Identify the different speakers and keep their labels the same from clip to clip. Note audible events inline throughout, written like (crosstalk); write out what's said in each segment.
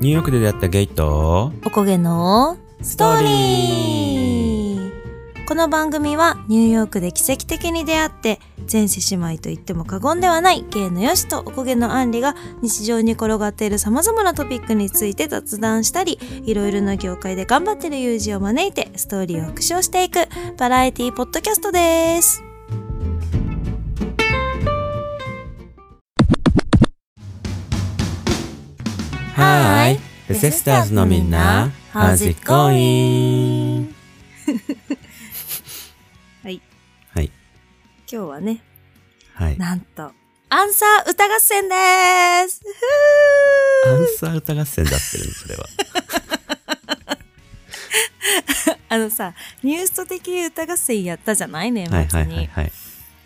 Speaker 1: ニューヨークで出会ったゲイと
Speaker 2: おこげのストーリーこの番組はニューヨークで奇跡的に出会って前世姉妹と言っても過言ではない芸のよしとおこげのあんりが日常に転がっている様々なトピックについて雑談したりいろいろな業界で頑張ってる友人を招いてストーリーを復唱していくバラエティポッドキャストですはーい
Speaker 1: The Sisters のみんな How's it (laughs) going?
Speaker 2: はい
Speaker 1: はい
Speaker 2: 今日はね
Speaker 1: はい
Speaker 2: なんと、アンサー歌合戦でーす
Speaker 1: アンサー歌合戦だってるのそれ
Speaker 2: (laughs)
Speaker 1: は
Speaker 2: あのさ、ニュースト的歌合戦やったじゃないね、
Speaker 1: はい
Speaker 2: 年
Speaker 1: は
Speaker 2: 末
Speaker 1: いはい
Speaker 2: に。
Speaker 1: はい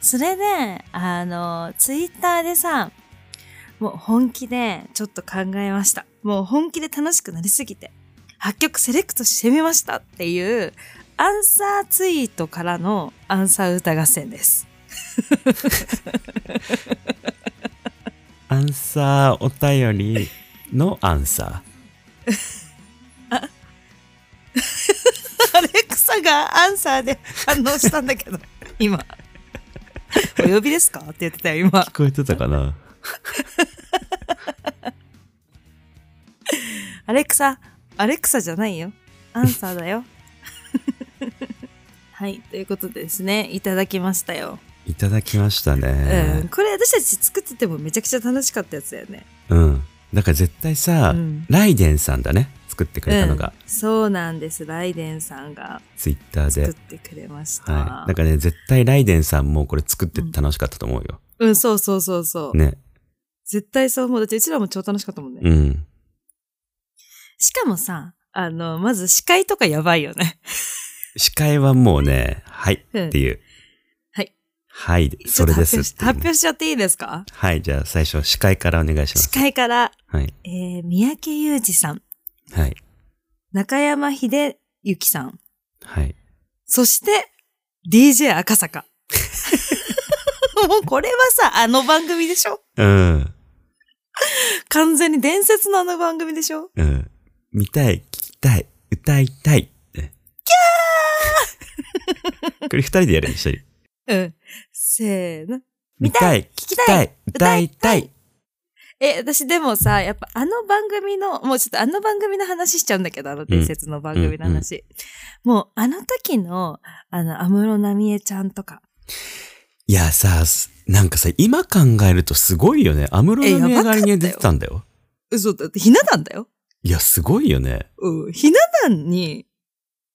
Speaker 2: それで、あの、ツイッターでさ、もう本気でちょっと考えました。もう本気で楽しくなりすぎて、8曲セレクトしてみましたっていう、アンサーツイートからのアンサー歌合戦です。 (laughs)
Speaker 1: アンサーお便りのアンサ
Speaker 2: アレクサがアンサーで反応したんだけど、
Speaker 1: (laughs)
Speaker 2: 今。お呼びですかって言ってたよ、今
Speaker 1: ー。聞こえてたかな
Speaker 2: アレクサ、アレクサじゃないよ。アンサーだよ。 (laughs) はい、ということでですね、いただきましたよ。
Speaker 1: いただきました
Speaker 2: うん。
Speaker 1: ね
Speaker 2: これ私たち作っててもめちゃくちゃ楽しかったやつだよね。
Speaker 1: うん、だから絶対さ、
Speaker 2: うん
Speaker 1: ライデンさんだね作ってくれたのが、
Speaker 2: うんそうなんです。ライデンさんが
Speaker 1: ツイッター
Speaker 2: 作っ
Speaker 1: で
Speaker 2: てくれました。
Speaker 1: はいだからね絶対ライデンさんもこれ作ってて楽しかったと思うよ、
Speaker 2: うん、そうそうそうそう。
Speaker 1: ね
Speaker 2: 絶対そう思う。だってうちらも超楽しかったもんね。
Speaker 1: うん
Speaker 2: しかもさ、あの、まず司会とかやばいよね。
Speaker 1: 司会はもうねはい
Speaker 2: うん
Speaker 1: っていう、
Speaker 2: はい
Speaker 1: はいそれです
Speaker 2: ちょっと発表し発表しちゃっていいですか
Speaker 1: はい、じゃあ最初、司会からお願いしま
Speaker 2: 司
Speaker 1: す。
Speaker 2: 会から、
Speaker 1: はい。
Speaker 2: えー、三宅裕二さん、
Speaker 1: はい。
Speaker 2: 中山秀幸さん、
Speaker 1: はい。
Speaker 2: そして、DJ 赤坂。もうこれはさ、あの番組でしょ
Speaker 1: うん。
Speaker 2: 完全に伝説のあの番組でしょ
Speaker 1: うん。見たい、聞きたい、歌いたい。ねこれ二人でやるの一緒に。
Speaker 2: うん。せーの。
Speaker 1: 見たい、聞きたい、歌いたい。
Speaker 2: え、私でもさ、やっぱあの番組の、もうちょっとあの番組の話しちゃうんだけど、あの伝説の番組の話。もうあの時の、あの、安室奈美恵ちゃんとか。
Speaker 1: いやさ、すなんかさ、今考えるとすごいよね。安室
Speaker 2: え
Speaker 1: の宮
Speaker 2: やばかった
Speaker 1: 狩
Speaker 2: よ
Speaker 1: りに出てたんだよ。
Speaker 2: 嘘だって、ひな壇だよ。
Speaker 1: いや、すごいよね。
Speaker 2: うん。ひな壇に、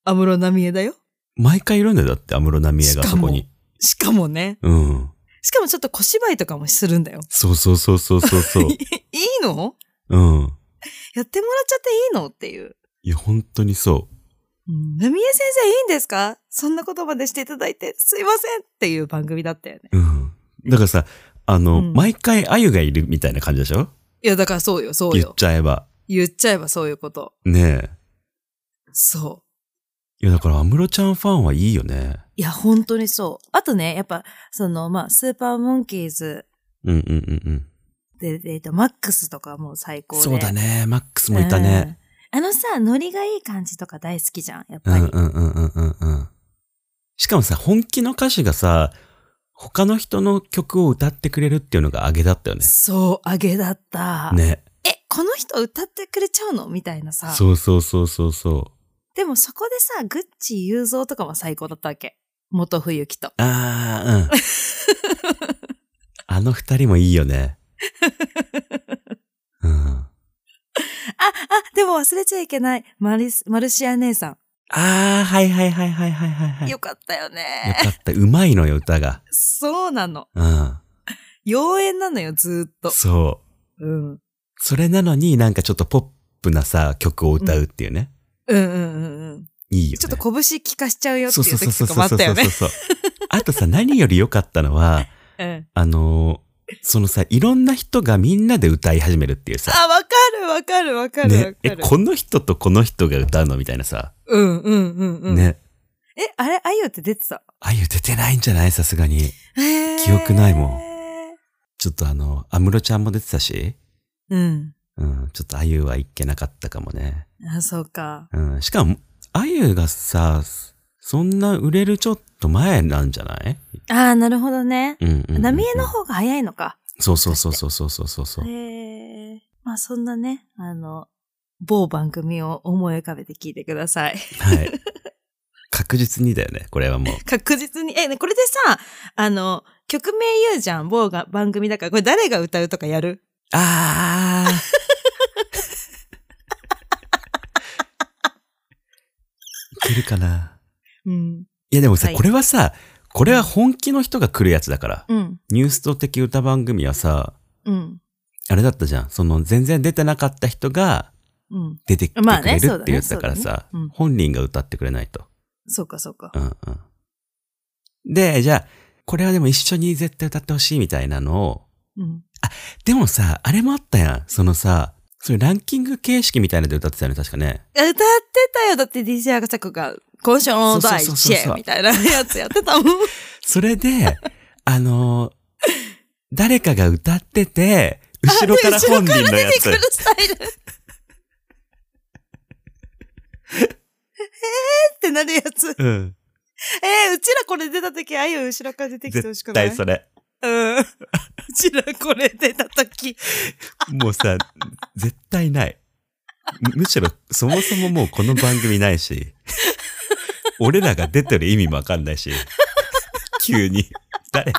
Speaker 2: 安室奈美恵だよ。
Speaker 1: 毎回いるんだよ、だって安室奈美恵が
Speaker 2: し
Speaker 1: そ
Speaker 2: かも
Speaker 1: こに。
Speaker 2: しかもね。
Speaker 1: うん。
Speaker 2: しかもちょっと小芝居とかもするんだよ。
Speaker 1: そうそうそうそうそうそう。
Speaker 2: いいの
Speaker 1: うん。
Speaker 2: やってもらっちゃっていいのっていう。
Speaker 1: いや、本当にそう。
Speaker 2: ナミエ先生いいんですかそんなことまでしていただいてすいませんっていう番組だったよね。
Speaker 1: うん。だからさ、あの、
Speaker 2: うん
Speaker 1: 毎回あゆがいるみたいな感じでしょ
Speaker 2: いや、だからそうよ、そう
Speaker 1: 言っ
Speaker 2: よ。
Speaker 1: ちゃえば。
Speaker 2: 言っちゃえばそういうこと。
Speaker 1: ねえ。
Speaker 2: そ
Speaker 1: いや、だから安室ちゃんファンはいいよね
Speaker 2: う。。いや、本当にそう。あとね、やっぱ、その、まあ、スーパーモンキーズ
Speaker 1: うんうんうんうん。
Speaker 2: で、えっと、マックスとかもう最高で。
Speaker 1: そうだね。マックスもいたね。
Speaker 2: うん。あのさ、ノリがいい感じとか大好きじゃん、や
Speaker 1: う
Speaker 2: っぱ
Speaker 1: ん
Speaker 2: り。
Speaker 1: うんうんうんうんうん。しかもさ、本気の歌詞がさ、他の人の曲を歌ってくれるっていうのがアゲだったよね。
Speaker 2: そう、あげだった。
Speaker 1: ね。
Speaker 2: え、この人歌ってくれちゃうのみたいなさ。
Speaker 1: そうそうそうそうそ
Speaker 2: でもそこでさ、グッチ雄三とかも最高だったわけ。元冬樹と。
Speaker 1: う。ああ、うん。 (laughs) あの二人もいいよね。うん。
Speaker 2: あ、あ、でも忘れちゃいけない。マリス、マルシア姉さ
Speaker 1: ああ、はいはいはいはいはいはいは
Speaker 2: ん。
Speaker 1: い。
Speaker 2: よかったよ
Speaker 1: よ
Speaker 2: ね。
Speaker 1: かった。うまいのよ、歌が。
Speaker 2: そうなの。
Speaker 1: うん。
Speaker 2: 妖艶なのよ、ずーっと。
Speaker 1: そう。
Speaker 2: うん。
Speaker 1: それなのになんかちょっとポップなさ、曲を歌うっていうね。
Speaker 2: うんうんうんうん。
Speaker 1: いいよね。
Speaker 2: ちょっと拳効かしちゃうよっ
Speaker 1: そ
Speaker 2: て
Speaker 1: う
Speaker 2: い
Speaker 1: そううそうそ
Speaker 2: 時
Speaker 1: うそ
Speaker 2: とか
Speaker 1: う
Speaker 2: もあ
Speaker 1: そ
Speaker 2: っ
Speaker 1: う
Speaker 2: たよね。
Speaker 1: そう。あとさ、何より良かったのは、
Speaker 2: うん。
Speaker 1: あのーそのさ、いろんな人がみんなで歌い始めるっていうさ。
Speaker 2: あ、わかるわかるわかるわ
Speaker 1: ね。
Speaker 2: か
Speaker 1: え、
Speaker 2: る。
Speaker 1: この人とこの人が歌うのみたいなさ。
Speaker 2: うんうんうんうん。
Speaker 1: ね。
Speaker 2: え、あれ、あゆって出てた。
Speaker 1: あゆ出てないんじゃないさすがに。
Speaker 2: 記
Speaker 1: 記憶ないも
Speaker 2: ん。
Speaker 1: ちょっとあの、安室ちゃんも出てたし、
Speaker 2: うん。
Speaker 1: うん、ちょっとあゆはいっけなかったかもね。
Speaker 2: あ、そうか。
Speaker 1: うん、しかも、あゆがさ、そんな売れるちょっと前なんじゃない
Speaker 2: ああ、なるほどね。
Speaker 1: うんうんうんうん。
Speaker 2: 浪江の方が早いのか。
Speaker 1: そうそうそうそうそうそうそう。
Speaker 2: へえ。まあそんなね、あの、某番組を思い浮かべて聞いてください。 (laughs)
Speaker 1: はい。確実にだよね、これはもう。
Speaker 2: 確実に。え、ねこれでさ、あの、曲名言うじゃん、某が番組だから。これ誰が歌うとかやる
Speaker 1: ああ。 (laughs) いけるかな。
Speaker 2: うん。
Speaker 1: いやでもさ、
Speaker 2: はい
Speaker 1: これはさ、これは本気の人が来るやつだから。
Speaker 2: うん。
Speaker 1: ニュースト的歌番組はさ、
Speaker 2: うん。
Speaker 1: あれだったじゃん。その全然出てなかった人が
Speaker 2: うん。
Speaker 1: 出てきて
Speaker 2: まあ
Speaker 1: く
Speaker 2: ね
Speaker 1: れ
Speaker 2: そうだ
Speaker 1: る
Speaker 2: ね
Speaker 1: っていうやつだからさ、
Speaker 2: そうだねうん
Speaker 1: 本人が歌ってくれないと。
Speaker 2: そうか、そうか
Speaker 1: う。んうん。で、じゃあ、これはでも一緒に絶対歌ってほしいみたいなのを、
Speaker 2: うん。
Speaker 1: でもさ、あれもあったやん。そのさ、そういうランキング形式みたいなので歌ってたよね、確かね。
Speaker 2: 歌ってたよ。だって DJ 赤坂が、今週の第
Speaker 1: そうそ
Speaker 2: 一
Speaker 1: うそうそう
Speaker 2: 位みたいなやつやってたもん。
Speaker 1: それ
Speaker 2: (laughs)
Speaker 1: で、あのー誰かが歌ってて、後ろから本人のやつ
Speaker 2: 来る。スタ (laughs) イル。えーってなるやつ。
Speaker 1: うん。
Speaker 2: えー、うちらこれ出た時、あゆ後ろから出てきてほし
Speaker 1: 絶
Speaker 2: くない
Speaker 1: 対それ。
Speaker 2: うん。うちらこれ出た時。
Speaker 1: もうさ、絶対ない。むむしろ、そもそももうこの番組ないし、俺らが出てる意味もわかんないし、急に、誰
Speaker 2: い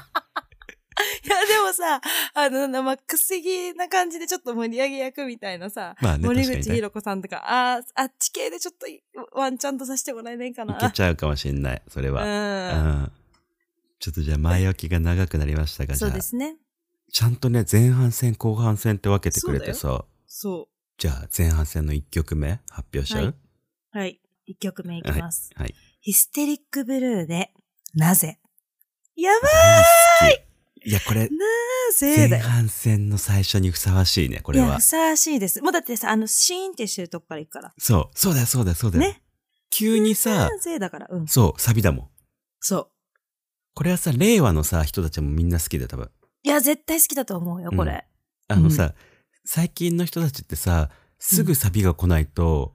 Speaker 2: や、でもさ、あの、なんだマックス的な感じでちょっと盛り上げ役みたいなさ、
Speaker 1: まあね、確
Speaker 2: 森
Speaker 1: かに
Speaker 2: 口
Speaker 1: ね。
Speaker 2: ひ
Speaker 1: い
Speaker 2: ろ子さんとか、あーあっち系でちょっとワンチャンとさせてもらえないかな。
Speaker 1: けちゃうかもしんない、それは。う
Speaker 2: うん。
Speaker 1: ん。ちょっとじゃあ前置きが長くなりましたが、じ
Speaker 2: そ
Speaker 1: ゃ
Speaker 2: う
Speaker 1: あ
Speaker 2: で、すね。
Speaker 1: ちゃんとね、前半戦、後半戦って分けてくれてさ、
Speaker 2: そ
Speaker 1: じゃあ前半戦の1曲目発表しちゃう、
Speaker 2: う。はい。一曲目いきます。
Speaker 1: はいはい
Speaker 2: ヒステリックブルーで、なぜやば
Speaker 1: 大好き。いや、これ、
Speaker 2: なぜ
Speaker 1: 前
Speaker 2: だよ。
Speaker 1: 半戦の最初にふさわしいね、こ
Speaker 2: い
Speaker 1: れ
Speaker 2: や、
Speaker 1: は
Speaker 2: ふ。さわしいです。もうだってさ、あの、シーンってしてるとこから行くから。
Speaker 1: そう、そうだよ、そうだよ、そうだよ。
Speaker 2: ね。
Speaker 1: 急にさ
Speaker 2: な、ぜだから、うん。
Speaker 1: そう、サビだもん。
Speaker 2: そう。
Speaker 1: これはさ、令和のさ、人たちもみんな好きで多分。
Speaker 2: いや、絶対好きだと思うよ、これ。
Speaker 1: あのさ、最近の人たちってさ、すぐサビが来ないと、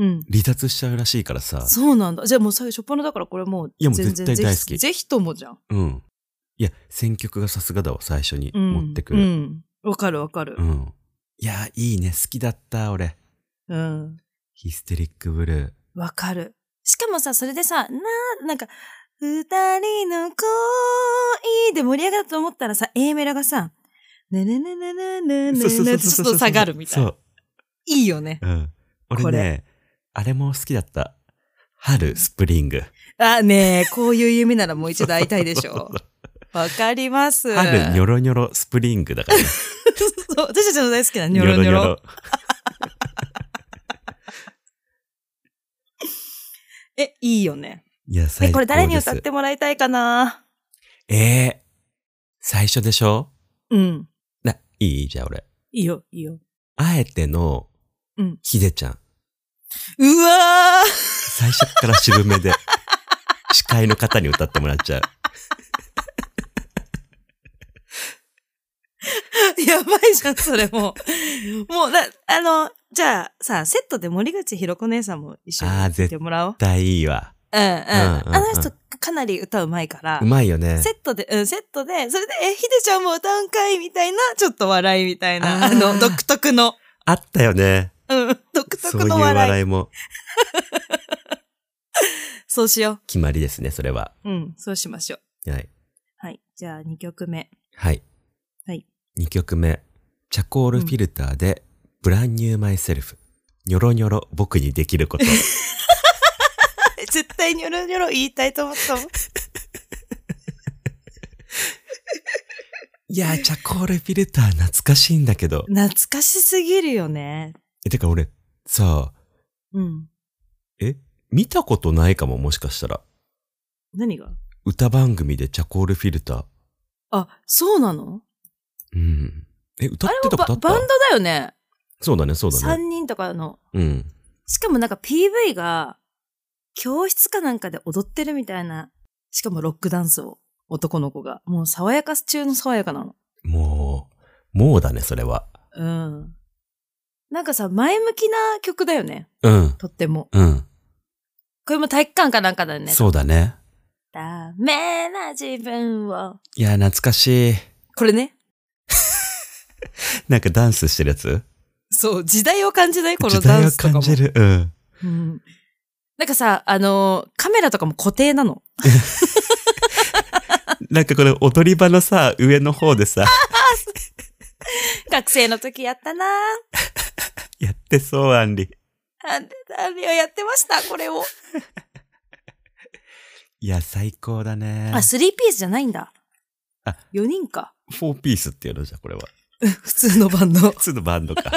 Speaker 2: うん。
Speaker 1: 離脱しちゃうらしいからさ、
Speaker 2: そうなんだ。じゃあもう最初、初っ端だからこれもう
Speaker 1: いやもう
Speaker 2: 全然
Speaker 1: 絶対大好き
Speaker 2: ぜひぜひともじゃん。
Speaker 1: うん。いや、選曲がさすがだわ、最初に
Speaker 2: うん、
Speaker 1: 持ってく
Speaker 2: う
Speaker 1: る。
Speaker 2: ん。わかるわかる
Speaker 1: う。ん。いや、いいね、好きだった、俺。
Speaker 2: うん。
Speaker 1: ヒステリックブルー。
Speaker 2: わ、かる。しかもさ、それでさ、な、なんか、二人の恋で盛り上がると思ったらさ、A メロがさ、ねねねねねねねねってちょっと下がるみたいな。
Speaker 1: そ
Speaker 2: いいよね。
Speaker 1: う。うん。
Speaker 2: こ
Speaker 1: 俺ね
Speaker 2: れ、
Speaker 1: あれも好きだった。春、スプリング。
Speaker 2: あ、ねえ、こういう夢ならもう一度会いたいでし
Speaker 1: (laughs) そう
Speaker 2: ょ。わかります。
Speaker 1: 春、ニョロニョロ、スプリングだからね。
Speaker 2: そう私たちの大好きなニョロニョロ。え、いいよね。
Speaker 1: いや、最高で
Speaker 2: え、
Speaker 1: す。
Speaker 2: これ誰に歌ってもらいたいかな
Speaker 1: ええ最初でしょ
Speaker 2: うん。
Speaker 1: な、いいじゃあ俺。
Speaker 2: いいよ、いいよ。
Speaker 1: あえての
Speaker 2: うん、
Speaker 1: ヒデちゃん。
Speaker 2: うわ
Speaker 1: 最初から渋め (laughs) で、司会の方に歌ってもらっちゃう。
Speaker 2: ーやばいじゃん、それも (laughs) う。もう、だ、あの、じゃあ、さ、セットで森口博子姉さんも一緒に
Speaker 1: あー
Speaker 2: 聞いてもらおう。
Speaker 1: 大いいわ。
Speaker 2: うん、うん。あ
Speaker 1: うん
Speaker 2: の人、かなり歌うまいから
Speaker 1: う、まいよね。
Speaker 2: セットで、うん、セットで、それで、え、ひでちゃんも歌うんかいみた (laughs) いな、ちょっと笑いみたいな、
Speaker 1: あ
Speaker 2: あ
Speaker 1: ー
Speaker 2: の、独特の、
Speaker 1: あったよね。
Speaker 2: うん、独
Speaker 1: そう
Speaker 2: 特
Speaker 1: いう
Speaker 2: の笑い。
Speaker 1: 笑いも
Speaker 2: そうしよ
Speaker 1: 決まりですね、それは。
Speaker 2: う。うん、そうしましょう。
Speaker 1: はい。
Speaker 2: はい。じゃあ、2曲目。
Speaker 1: はい。
Speaker 2: はい。
Speaker 1: 2曲目。チャコールフィルターで、ブランニューマイセルフ。ニョロニョロ、僕にできること。
Speaker 2: 絶対ニョロニョロ言いたいと思ったもん。
Speaker 1: (laughs) いやー、チャコールフィルター懐かしいんだけど。
Speaker 2: 懐かしすぎるよね。
Speaker 1: え、てか俺、さあ、
Speaker 2: うん。
Speaker 1: え、見たことないかも、もしかしたら。
Speaker 2: 何が
Speaker 1: 歌番組でチャコールフィルタ
Speaker 2: あ、そうなの
Speaker 1: ー。うん。え、歌っ
Speaker 2: あれ
Speaker 1: て
Speaker 2: も
Speaker 1: た
Speaker 2: バ
Speaker 1: ことあっ
Speaker 2: バン
Speaker 1: た
Speaker 2: ドだよね。
Speaker 1: そうだね、そうだね。
Speaker 2: 3人とかの。
Speaker 1: うん。
Speaker 2: しかもなんか PV が、教室かなんかで踊ってるみたいな。しかもロックダンスを。男の子が。もう爽やか中の爽やかなの。
Speaker 1: もう、もうだね、それは。
Speaker 2: うん。なんかさ、前向きな曲だよね。
Speaker 1: うん。
Speaker 2: とっても。
Speaker 1: うん。
Speaker 2: これも体育館かなんかだよね。
Speaker 1: そうだね。
Speaker 2: ダメな自分を。
Speaker 1: いや、懐かしい。
Speaker 2: これね。
Speaker 1: なんかダンスしてるやつ
Speaker 2: そう、時代を感じないこの
Speaker 1: 時
Speaker 2: ダ
Speaker 1: 代
Speaker 2: ン
Speaker 1: を
Speaker 2: スとか
Speaker 1: 感
Speaker 2: も。
Speaker 1: じる。うん。
Speaker 2: うん。なんかさ、あのーカメラとかも固定なの。
Speaker 1: なんかこれ踊り場のさ、上の方でさ、
Speaker 2: 学生の時やったなぁ
Speaker 1: やってそう、アンリ。
Speaker 2: あれ、あれをやってました、これを。
Speaker 1: いや、最高だね。
Speaker 2: あ、スリーピースじゃないんだ。
Speaker 1: あ
Speaker 2: 4人か。
Speaker 1: フォーピースっていうのじゃ、これは。
Speaker 2: 普通のバンド
Speaker 1: (laughs) 普。通のバンド
Speaker 2: (laughs)
Speaker 1: か。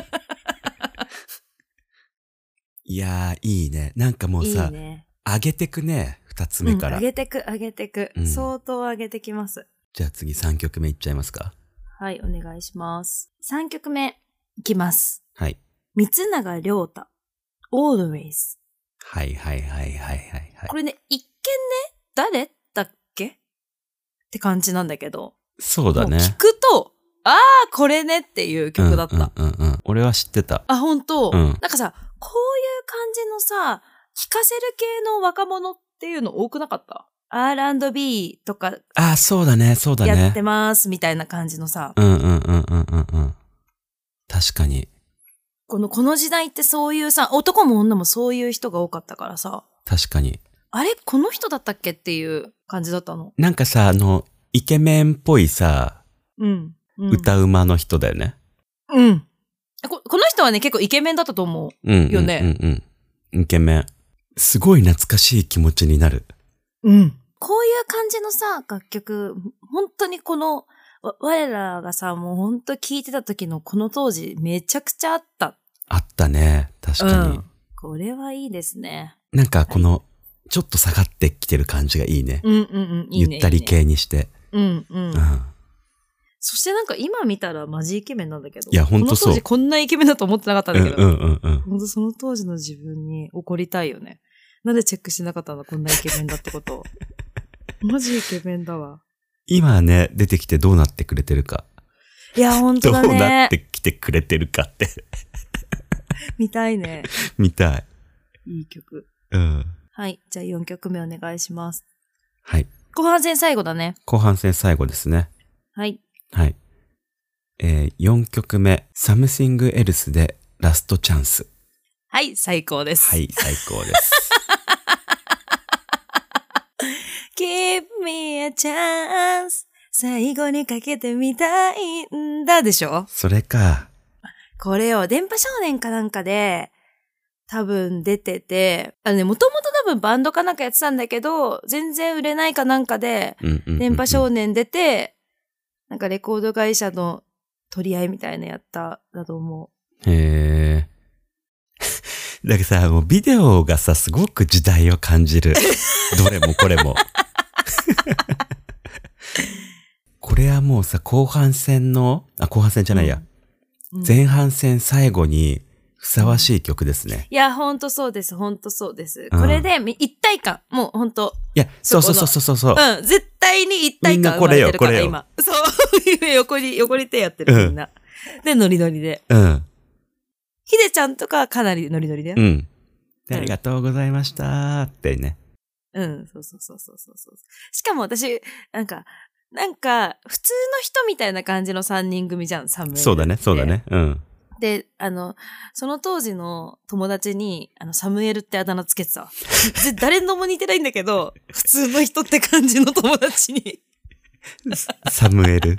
Speaker 1: いやー、いいね。なんかもう
Speaker 2: いい
Speaker 1: さ、
Speaker 2: ね。
Speaker 1: 上げてくね。二つ
Speaker 2: う
Speaker 1: 目
Speaker 2: ん、
Speaker 1: から。
Speaker 2: 上げてく、上げてく。
Speaker 1: うん
Speaker 2: 相当上げてきます。
Speaker 1: じゃあ次三曲目いっちゃいますか。
Speaker 2: はい、お願いします。3曲目、いきます。
Speaker 1: はい。
Speaker 2: 三永良太。always。
Speaker 1: はいはいはいはいはい、はい
Speaker 2: こ。れね、一見ね、誰だっけって感じなんだけど。
Speaker 1: そうだね
Speaker 2: もう。聞くと、あー、これねっていう曲だった。
Speaker 1: うんうんうんうん。俺は知ってた。
Speaker 2: あ、本
Speaker 1: う
Speaker 2: 当、
Speaker 1: ん
Speaker 2: なんかさ、こういう感じのさ、聞かせる系の若者っていうの多くなかった ?R&B とか
Speaker 1: ああ、そうだね、そうだ
Speaker 2: やっ
Speaker 1: ね
Speaker 2: て。ますみたいな感じのさ、
Speaker 1: うんうんうんうんうんうん。確かに、
Speaker 2: この、この時代ってそういうさ、男も女もそういう人が多かったからさ、
Speaker 1: 確かに。
Speaker 2: あれこの人だったっけっていう感じだったの。
Speaker 1: なんかさ、あの、イケメンっぽいさ、
Speaker 2: うん。うん、
Speaker 1: 歌うまの人だよね。
Speaker 2: うんこ。この人はね、結構イケメンだったと思う。
Speaker 1: うん、うん。
Speaker 2: よね
Speaker 1: うんうん。イケメン。すごい懐かしい気持ちになる。
Speaker 2: うん。こういう感じのさ、楽曲、本当にこの、わ我らがさ、もう本当聴いてた時のこの当時、めちゃくちゃあった。
Speaker 1: あったね、確かに。
Speaker 2: うんこれはいいですね。
Speaker 1: なんかこの、ちょっと下がってきてる感じがいいね。
Speaker 2: うんうんうん、いいね。
Speaker 1: ゆったり
Speaker 2: いいね
Speaker 1: 系にして。
Speaker 2: うんうん
Speaker 1: う。ん。
Speaker 2: そしてなんか今見たらマジイケメンなんだけど。
Speaker 1: いやほんとそう
Speaker 2: この当時こんなイケメンだと思ってなかったん
Speaker 1: う
Speaker 2: だ
Speaker 1: ん
Speaker 2: けど。
Speaker 1: うんうんうん。
Speaker 2: 本当その当時の自分に怒りたいよね。なんでチェックしなかったんだ、こんなイケメンだってこと
Speaker 1: (laughs)
Speaker 2: を。マジイケメンだわ。
Speaker 1: 今ね、出てきてどうなってくれてるか。
Speaker 2: いや、本
Speaker 1: ど
Speaker 2: 当だ
Speaker 1: うなっ
Speaker 2: ね。
Speaker 1: てきてくれてるかって、 (laughs)
Speaker 2: 見たいね。
Speaker 1: みたい。
Speaker 2: いい曲。
Speaker 1: うん。
Speaker 2: はい。じゃあ4曲目お願いします。
Speaker 1: はい。
Speaker 2: 後半戦最後だね。
Speaker 1: 後半戦最後ですね。
Speaker 2: はい。
Speaker 1: はい。えー、4曲目、Something Else でラストチャンス。
Speaker 2: はい、最高です。
Speaker 1: はい、最高
Speaker 2: (laughs)
Speaker 1: です。
Speaker 2: Give me a chance 最後にかけてみたいんだでしょ
Speaker 1: それか。
Speaker 2: これを電波少年かなんかで多分出てて、あのね、もともと多分バンドかなんかやってたんだけど、全然売れないかなんかで、
Speaker 1: うんうんうんうん
Speaker 2: 電波少年出て、なんかレコード会社の取り合いみたいなやった、だと思う。
Speaker 1: へえ。だけどさ、もうビデオがさ、すごく時代を感じ (laughs) る。どれもこれ (laughs) も。これはもうさ、後半戦の、あ、後半戦じゃないや。
Speaker 2: うん
Speaker 1: 前半戦最後にふさわしい曲ですね。
Speaker 2: いや、ほんとそうです。ほんとそうです。
Speaker 1: うん
Speaker 2: これで、み一体感。もうほんと。
Speaker 1: いや、そうそ
Speaker 2: そうこ
Speaker 1: そう
Speaker 2: の
Speaker 1: そうそう。
Speaker 2: うん。絶対に一体
Speaker 1: みんな
Speaker 2: 感
Speaker 1: こ
Speaker 2: 生ま
Speaker 1: れ
Speaker 2: れ
Speaker 1: よ
Speaker 2: てるか
Speaker 1: こ
Speaker 2: ら、
Speaker 1: れよ
Speaker 2: 今。そう。 (laughs) 横に、横に手やってる、みんな。で、ノリノリで。
Speaker 1: う。うん。
Speaker 2: ひでちゃんとかはかなりノリノリで
Speaker 1: う。ん。で
Speaker 2: うん
Speaker 1: ありがとうございましたーってね。
Speaker 2: うん。そうそうそうそうそうそう。しかも私、なんか、なんか、普通の人みたいな感じの三人組じゃん、サムエル。
Speaker 1: そうだね、そうだ。ね。うん。
Speaker 2: で、あの、その当時の友達に、あの、サムエルってあだ名つけてたわ。で誰のも似てないんだけど、普通の人って感じの友達に。
Speaker 1: サムエル。
Speaker 2: うん。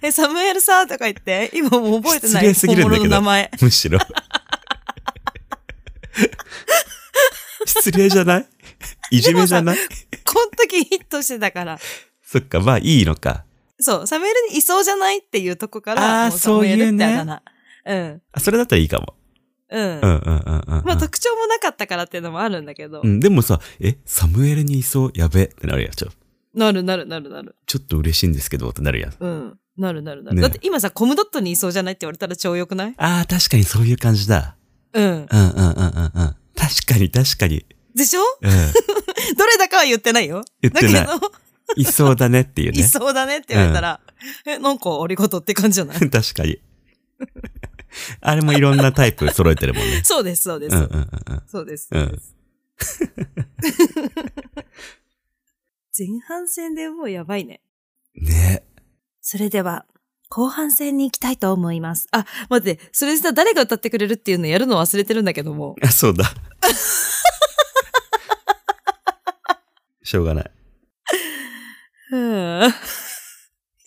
Speaker 2: え、サムエルさんとか言って、今もう覚えて
Speaker 1: 失
Speaker 2: ない。
Speaker 1: 礼すぎるんだけど
Speaker 2: 本物の名前。
Speaker 1: (laughs) むしろ。失礼じゃないいじめじゃない
Speaker 2: この時ヒットしてたから。
Speaker 1: そっか、まあいいのか。
Speaker 2: そう、サムエルにいそうじゃないっていうとこから、
Speaker 1: あー
Speaker 2: もうサムエルってあだ名
Speaker 1: あそれだったらいいかも。
Speaker 2: うん。
Speaker 1: う
Speaker 2: うんん。
Speaker 1: うんうんうんうん。
Speaker 2: まあ特徴もなかったからっていうのもあるんだけど
Speaker 1: う。ん、でもさ、え、サムエルにいそうやべってなるやん。ちょ
Speaker 2: なるなるなるなる。
Speaker 1: ちょっと嬉しいんですけどってなるやん。
Speaker 2: うん。なるなるなる。
Speaker 1: ね
Speaker 2: だって今さ、コムドットにいそうじゃないって言われたら超良くない
Speaker 1: ああ、確かにそういう感じだ。
Speaker 2: うん。
Speaker 1: うんうんうんうんうん。確かに確かに。
Speaker 2: でしょ
Speaker 1: うん。
Speaker 2: (laughs) どれだかは言ってないよ。
Speaker 1: 言ってない
Speaker 2: だけど、
Speaker 1: いそうだねっていうね。 (laughs)
Speaker 2: いそうだねって言われたら、え、なんかありがとうって感じじゃない
Speaker 1: 確かに。あれもいろんなタイプ揃えてるもんね。
Speaker 2: そうです、 (laughs) そうで
Speaker 1: うんうん
Speaker 2: す。
Speaker 1: うんうん。
Speaker 2: そうです。
Speaker 1: うん
Speaker 2: そうです (laughs) 前半戦でもうやばいね。
Speaker 1: ね。
Speaker 2: それでは、後半戦に行きたいと思います。あ、待って、それさ、誰が歌ってくれるっていうのやるの忘れてるんだけども。
Speaker 1: あ、そうだ。 (laughs) しょうがない。
Speaker 2: うん (laughs)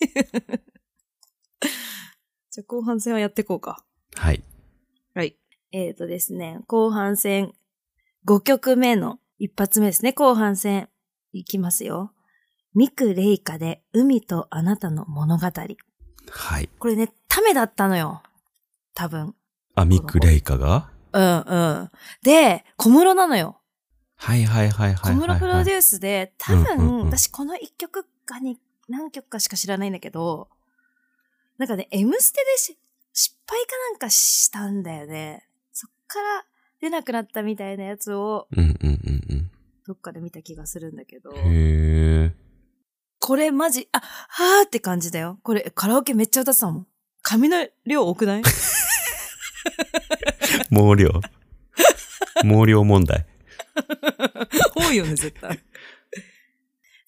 Speaker 2: じゃあ後半戦はやっていこうか。
Speaker 1: はい。
Speaker 2: はい。えっ、とですね、後半戦、5曲目の一発目ですね、後半戦。いきますよ。ミク・レイカで海とあなたの物語。
Speaker 1: はい。
Speaker 2: これね、ためだったのよ。多分。
Speaker 1: あ、ミク・レイカが
Speaker 2: うんうん。で、小室なのよ。
Speaker 1: はいはいはいは
Speaker 2: 小
Speaker 1: いはい、
Speaker 2: 室プロデュースで、多分、
Speaker 1: うんうんうん
Speaker 2: 私この一曲かに、何曲かしか知らないんだけど、なんかね、M ステでし失敗かなんかしたんだよね。そっから出なくなったみたいなやつを、
Speaker 1: うんうんうん
Speaker 2: どっかで見た気がするんだけど
Speaker 1: う、ん。 (laughs) へえ。
Speaker 2: これマジ、あ、はーって感じだよ。これ、カラオケめっちゃ歌ってたもん。髪の量多
Speaker 1: (laughs)
Speaker 2: くない
Speaker 1: 毛量。毛量問題。
Speaker 2: 多いよね、絶対。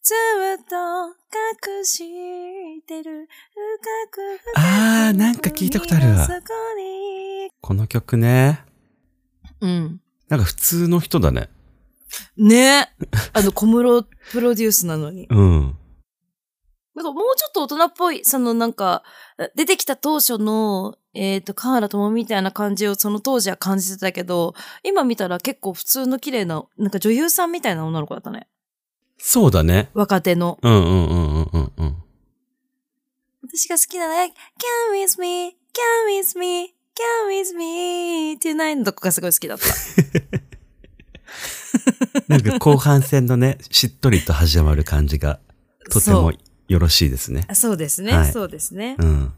Speaker 2: ずっと隠してる深く深く
Speaker 1: あー、なんか聞いたことあるわ
Speaker 2: そ。こに
Speaker 1: この曲ね。
Speaker 2: うん。
Speaker 1: なんか普通の人だね。
Speaker 2: ねえ。あの、小室プロデュースなのに。
Speaker 1: うん。
Speaker 2: なんかもうちょっと大人っぽい、そのなんか、出てきた当初の、えっ、と、河原智美みたいな感じをその当時は感じてたけど、今見たら結構普通の綺麗な、なんか女優さんみたいな女の子だったね。
Speaker 1: そうだね。
Speaker 2: 若手の。
Speaker 1: うんうんうんうんうんうん。
Speaker 2: 私が好きなのは、Can with me, can with me, can with me, tonight のとこがすごい好きだった。
Speaker 1: なんか後半戦のね、しっとりと始まる感じが、とてもよろしいですね。
Speaker 2: そうそうですね、
Speaker 1: はい
Speaker 2: そうですね。
Speaker 1: うん。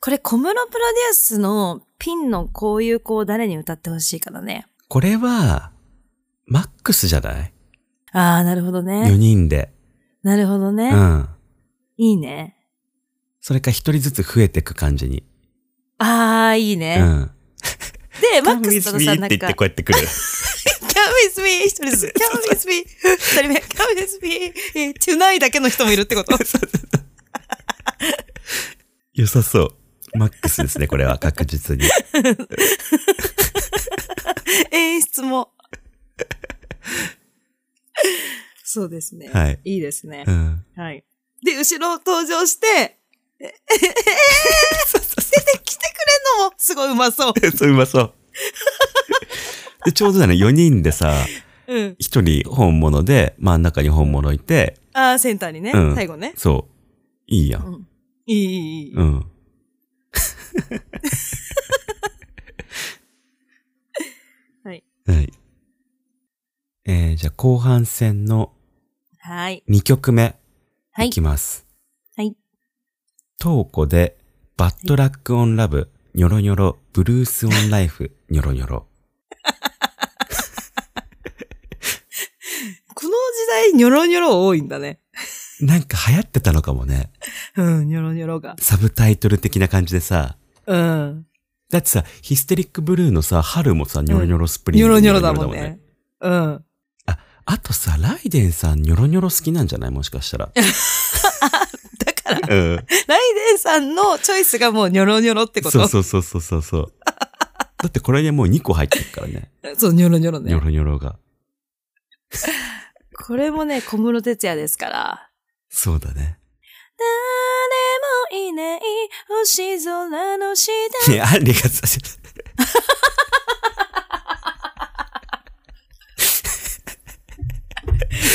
Speaker 2: これ小室プロデュースのピンのこういう子を誰に歌ってほしいかだね。
Speaker 1: これは、マックスじゃない
Speaker 2: ああ、なるほどね。
Speaker 1: ?4 人で。
Speaker 2: なるほどね。
Speaker 1: うん。
Speaker 2: いいね。
Speaker 1: それか1人ずつ増えていく感じに。
Speaker 2: ああ、いいね。
Speaker 1: うん。
Speaker 2: で、マックスとのさ、
Speaker 1: Come with me
Speaker 2: な
Speaker 1: っ
Speaker 2: ん
Speaker 1: て言
Speaker 2: か、
Speaker 1: っ
Speaker 2: キャ
Speaker 1: てこうやってくる。
Speaker 2: ン with me! 一人ずつ、キャン with me! 二人目、キャン with me! えー tonight だけの人もいるっ
Speaker 1: (laughs)
Speaker 2: てこと
Speaker 1: (laughs) 良さそう。マックスですね、こ
Speaker 2: (laughs)
Speaker 1: れは確実に。
Speaker 2: 演
Speaker 1: (laughs)
Speaker 2: 出も。そうですね。
Speaker 1: はい。
Speaker 2: いいですね
Speaker 1: う。ん。
Speaker 2: はい。で、後ろ登場して、え、え、 (laughs) 出てきてくれんのもすごいうまそう。
Speaker 1: (laughs) そう、うまそう。 (laughs) で、ちょうどだね、4人でさ、
Speaker 2: うん。
Speaker 1: 1人本物で、真ん中に本物いて、
Speaker 2: ああ、センターにね、
Speaker 1: うん
Speaker 2: 最後ね。
Speaker 1: そう。いいや。
Speaker 2: うんん。いい、いい、いい。
Speaker 1: うん。
Speaker 2: (laughs) はい。
Speaker 1: はい。えー、じゃあ後半戦の
Speaker 2: はい。
Speaker 1: 2曲目。
Speaker 2: はい
Speaker 1: いきます。
Speaker 2: はい。
Speaker 1: トーコで、バッドラックオンラブ、ニョロニョロ、ブルースオンライフ、ニョロニョロ。
Speaker 2: この時代、ニョロニョロ多いんだね。
Speaker 1: なんか流行ってたのかもね。
Speaker 2: うん、ニョロニョロが。
Speaker 1: サブタイトル的な感じでさ。
Speaker 2: うん。
Speaker 1: だってさ、ヒステリックブルーのさ、春もさ、ニョロニョロスプリン
Speaker 2: ニョ
Speaker 1: グ、
Speaker 2: ロニョロだもんね。。うん。
Speaker 1: あとさ、ライデンさん、ニョロニョロ好きなんじゃないもしかした
Speaker 2: (laughs)
Speaker 1: ら。
Speaker 2: だから、
Speaker 1: うん。
Speaker 2: ライデンさんのチョイスがもうニョロニョロってこと。
Speaker 1: そうそうそうそうそうそう。だってこれでもう2個入ってるからね。
Speaker 2: そうニョロニョロ
Speaker 1: ニョ
Speaker 2: ね。
Speaker 1: ロニョロが。
Speaker 2: これもね、小室哲也ですから。
Speaker 1: そうだ
Speaker 2: (laughs)
Speaker 1: ね。
Speaker 2: 誰もいない星空の下。
Speaker 1: いや、アンリがさ、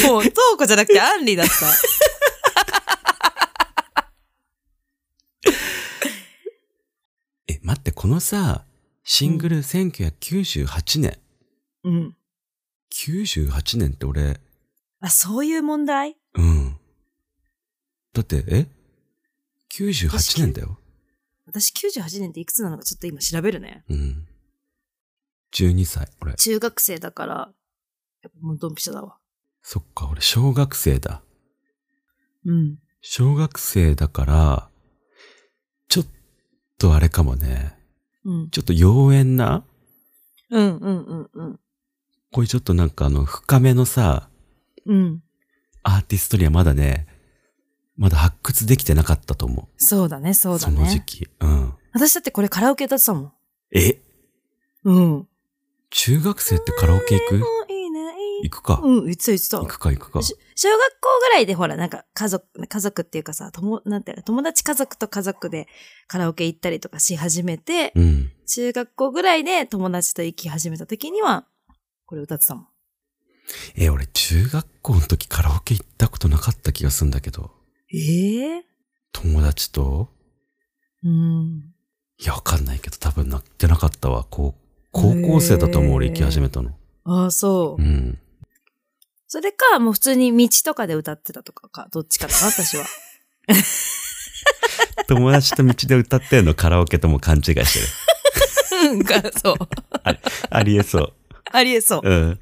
Speaker 2: もう、トーコじゃなくてアンリだった。
Speaker 1: (laughs) え、待って、このさ、シングル1998年。
Speaker 2: (laughs) うん。
Speaker 1: 98年って俺、
Speaker 2: あ、そういう問題
Speaker 1: うん。だって、え ?98 年だよ。
Speaker 2: 私98年っていくつなのかちょっと今調べるね。
Speaker 1: うん。12歳、俺。
Speaker 2: 中学生だから、やっぱもうドンピシャだわ。
Speaker 1: そっか、俺、小学生だ。
Speaker 2: うん。
Speaker 1: 小学生だから、ちょっとあれかもね。
Speaker 2: うん。
Speaker 1: ちょっと妖艶な
Speaker 2: うんうんうんうん。
Speaker 1: こういうちょっとなんかあの、深めのさ、
Speaker 2: うん。
Speaker 1: アーティストにはまだね、まだ発掘できてなかったと思う。
Speaker 2: そうだね、そうだ
Speaker 1: その時
Speaker 2: ね。
Speaker 1: 期。うん。
Speaker 2: 私だってこれカラオケ歌ってたもん。
Speaker 1: え
Speaker 2: うん。
Speaker 1: 中学生ってカラオケ行く
Speaker 2: いない。
Speaker 1: 行くか。
Speaker 2: うん、言ってた言ってた
Speaker 1: 行。くか行くか。
Speaker 2: し小学校ぐらいでほら、なんか家族、家族っていうかさ、友、なんていうの友達家族と家族でカラオケ行ったりとかし始めて、
Speaker 1: うん。
Speaker 2: 中学校ぐらいで友達と行き始めた時には、これ歌ってたもん。
Speaker 1: え、俺中学校の時カラオケ行ったことなかった気がするんだけど。
Speaker 2: ええ
Speaker 1: 友達と
Speaker 2: うん。
Speaker 1: いや、わかんないけど、多分なってなかったわ。こう、高校生だと思う、俺行き始めたの。
Speaker 2: ああ、そう
Speaker 1: う。ん。
Speaker 2: それか、もう普通に道とかで歌ってたとかか、どっちかかな、
Speaker 1: (laughs)
Speaker 2: 私は。
Speaker 1: 友達と道で歌ってんのカラオケとも勘違い
Speaker 2: (laughs)
Speaker 1: してる。
Speaker 2: うん、か、そう。
Speaker 1: ありえそう。
Speaker 2: あり
Speaker 1: (laughs)
Speaker 2: えそう。
Speaker 1: うん。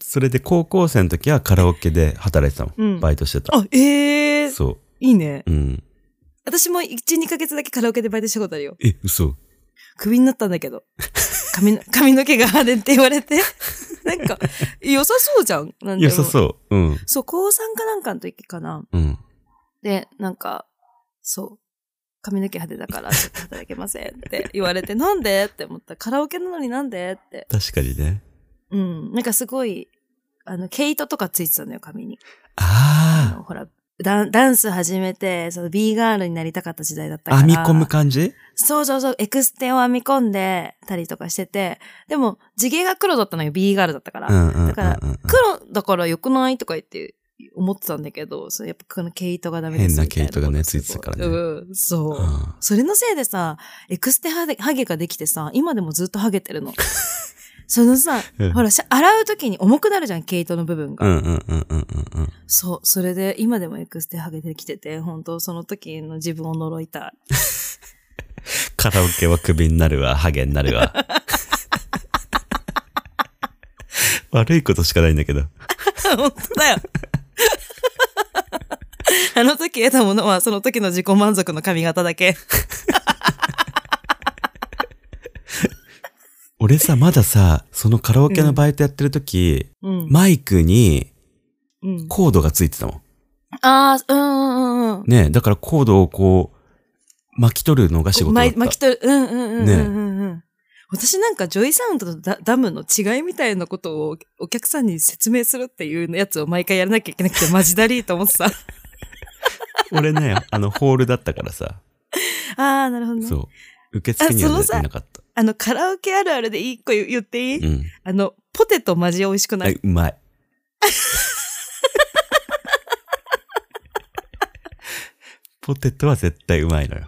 Speaker 1: それで高校生の時はカラオケで働いてたもん。
Speaker 2: うん
Speaker 1: バイトしてた。
Speaker 2: あ、ええ
Speaker 1: そ
Speaker 2: いいね。
Speaker 1: う。うん。
Speaker 2: 私も1、2ヶ月だけカラオケでバイトしたことあるよ。
Speaker 1: え、嘘。
Speaker 2: クビになったんだけど。 (laughs) 髪の髪の毛が腫れって言われて。 (laughs) なんか、良さそうじゃん。なん
Speaker 1: 良さ
Speaker 2: う。
Speaker 1: そう。うん。
Speaker 2: そう、高3かなんかの時かな。
Speaker 1: うん。
Speaker 2: で、なんか、そう。髪の毛派手だから、ちょっと働けませんって言われて、 (laughs) なんでって思った。カラオケなのになんでって。
Speaker 1: 確かにね。
Speaker 2: うん。なんかすごい、あの、毛糸とかついてたのよ、髪に。あ
Speaker 1: あ
Speaker 2: のほら、ダンダンス始めて、その B ガールになりたかった時代だった
Speaker 1: あ。
Speaker 2: から。
Speaker 1: 編み込む感じ
Speaker 2: そうそうそう、エクステを編み込んでたりとかしてて、でも、地毛が黒だったのよ、B ガールだったから。
Speaker 1: うんうんうんうん。
Speaker 2: だから黒だから良くないとか言って思ってたんだけど、それやっぱこの毛糸がダメです
Speaker 1: 変な
Speaker 2: みたい
Speaker 1: 毛糸がね
Speaker 2: ことす
Speaker 1: つ
Speaker 2: ご
Speaker 1: いてたからね
Speaker 2: うん、そ
Speaker 1: う
Speaker 2: う。
Speaker 1: ん
Speaker 2: それのせいでさ、エクステハゲハゲができてさ、今でもずっとハゲてるの。 (laughs) そのさ、
Speaker 1: うん
Speaker 2: ほら、しゃ洗うときに重くなるじゃん、毛糸の部分が。
Speaker 1: うんうんうんうんうんうん。
Speaker 2: そう、それで今でもエクステハゲてきてて、本当その時の自分を呪いたい。
Speaker 1: カラオケはクビになるわ、ハゲにな
Speaker 2: (laughs)
Speaker 1: るわ。悪いことしかないんだけど。
Speaker 2: (laughs) 本当だよ。あの時得たものは、その時の自己満足の髪型だけ。
Speaker 1: 俺さ、まださ、そのカラオケのバイトやってる時、
Speaker 2: うん。
Speaker 1: マイクに
Speaker 2: うん、
Speaker 1: コードがついてたもん。
Speaker 2: ああ、うんうんうん。
Speaker 1: ねだからコードをこう、巻き取るのが仕事だっ
Speaker 2: 巻
Speaker 1: た。
Speaker 2: い巻き取る。うんうんうんうん
Speaker 1: ね
Speaker 2: うんうん。私なんかジョイサウンドとダダムの違いみたいなことをお客さんに説明するっていうやつを毎回やらなきゃいけなくてマジだりーと思ってた。あ
Speaker 1: 俺ね、あの、ホールだったからさ、
Speaker 2: (laughs) あ、なるほどね。
Speaker 1: そう。受付には
Speaker 2: あそ
Speaker 1: ねい
Speaker 2: のさ
Speaker 1: なかった。
Speaker 2: あの、カラオケあるあるで一個言言っていい、
Speaker 1: うん。
Speaker 2: あの、ポテトマジ美味しくない、
Speaker 1: あうまい。ポテトは絶対うまいのよ。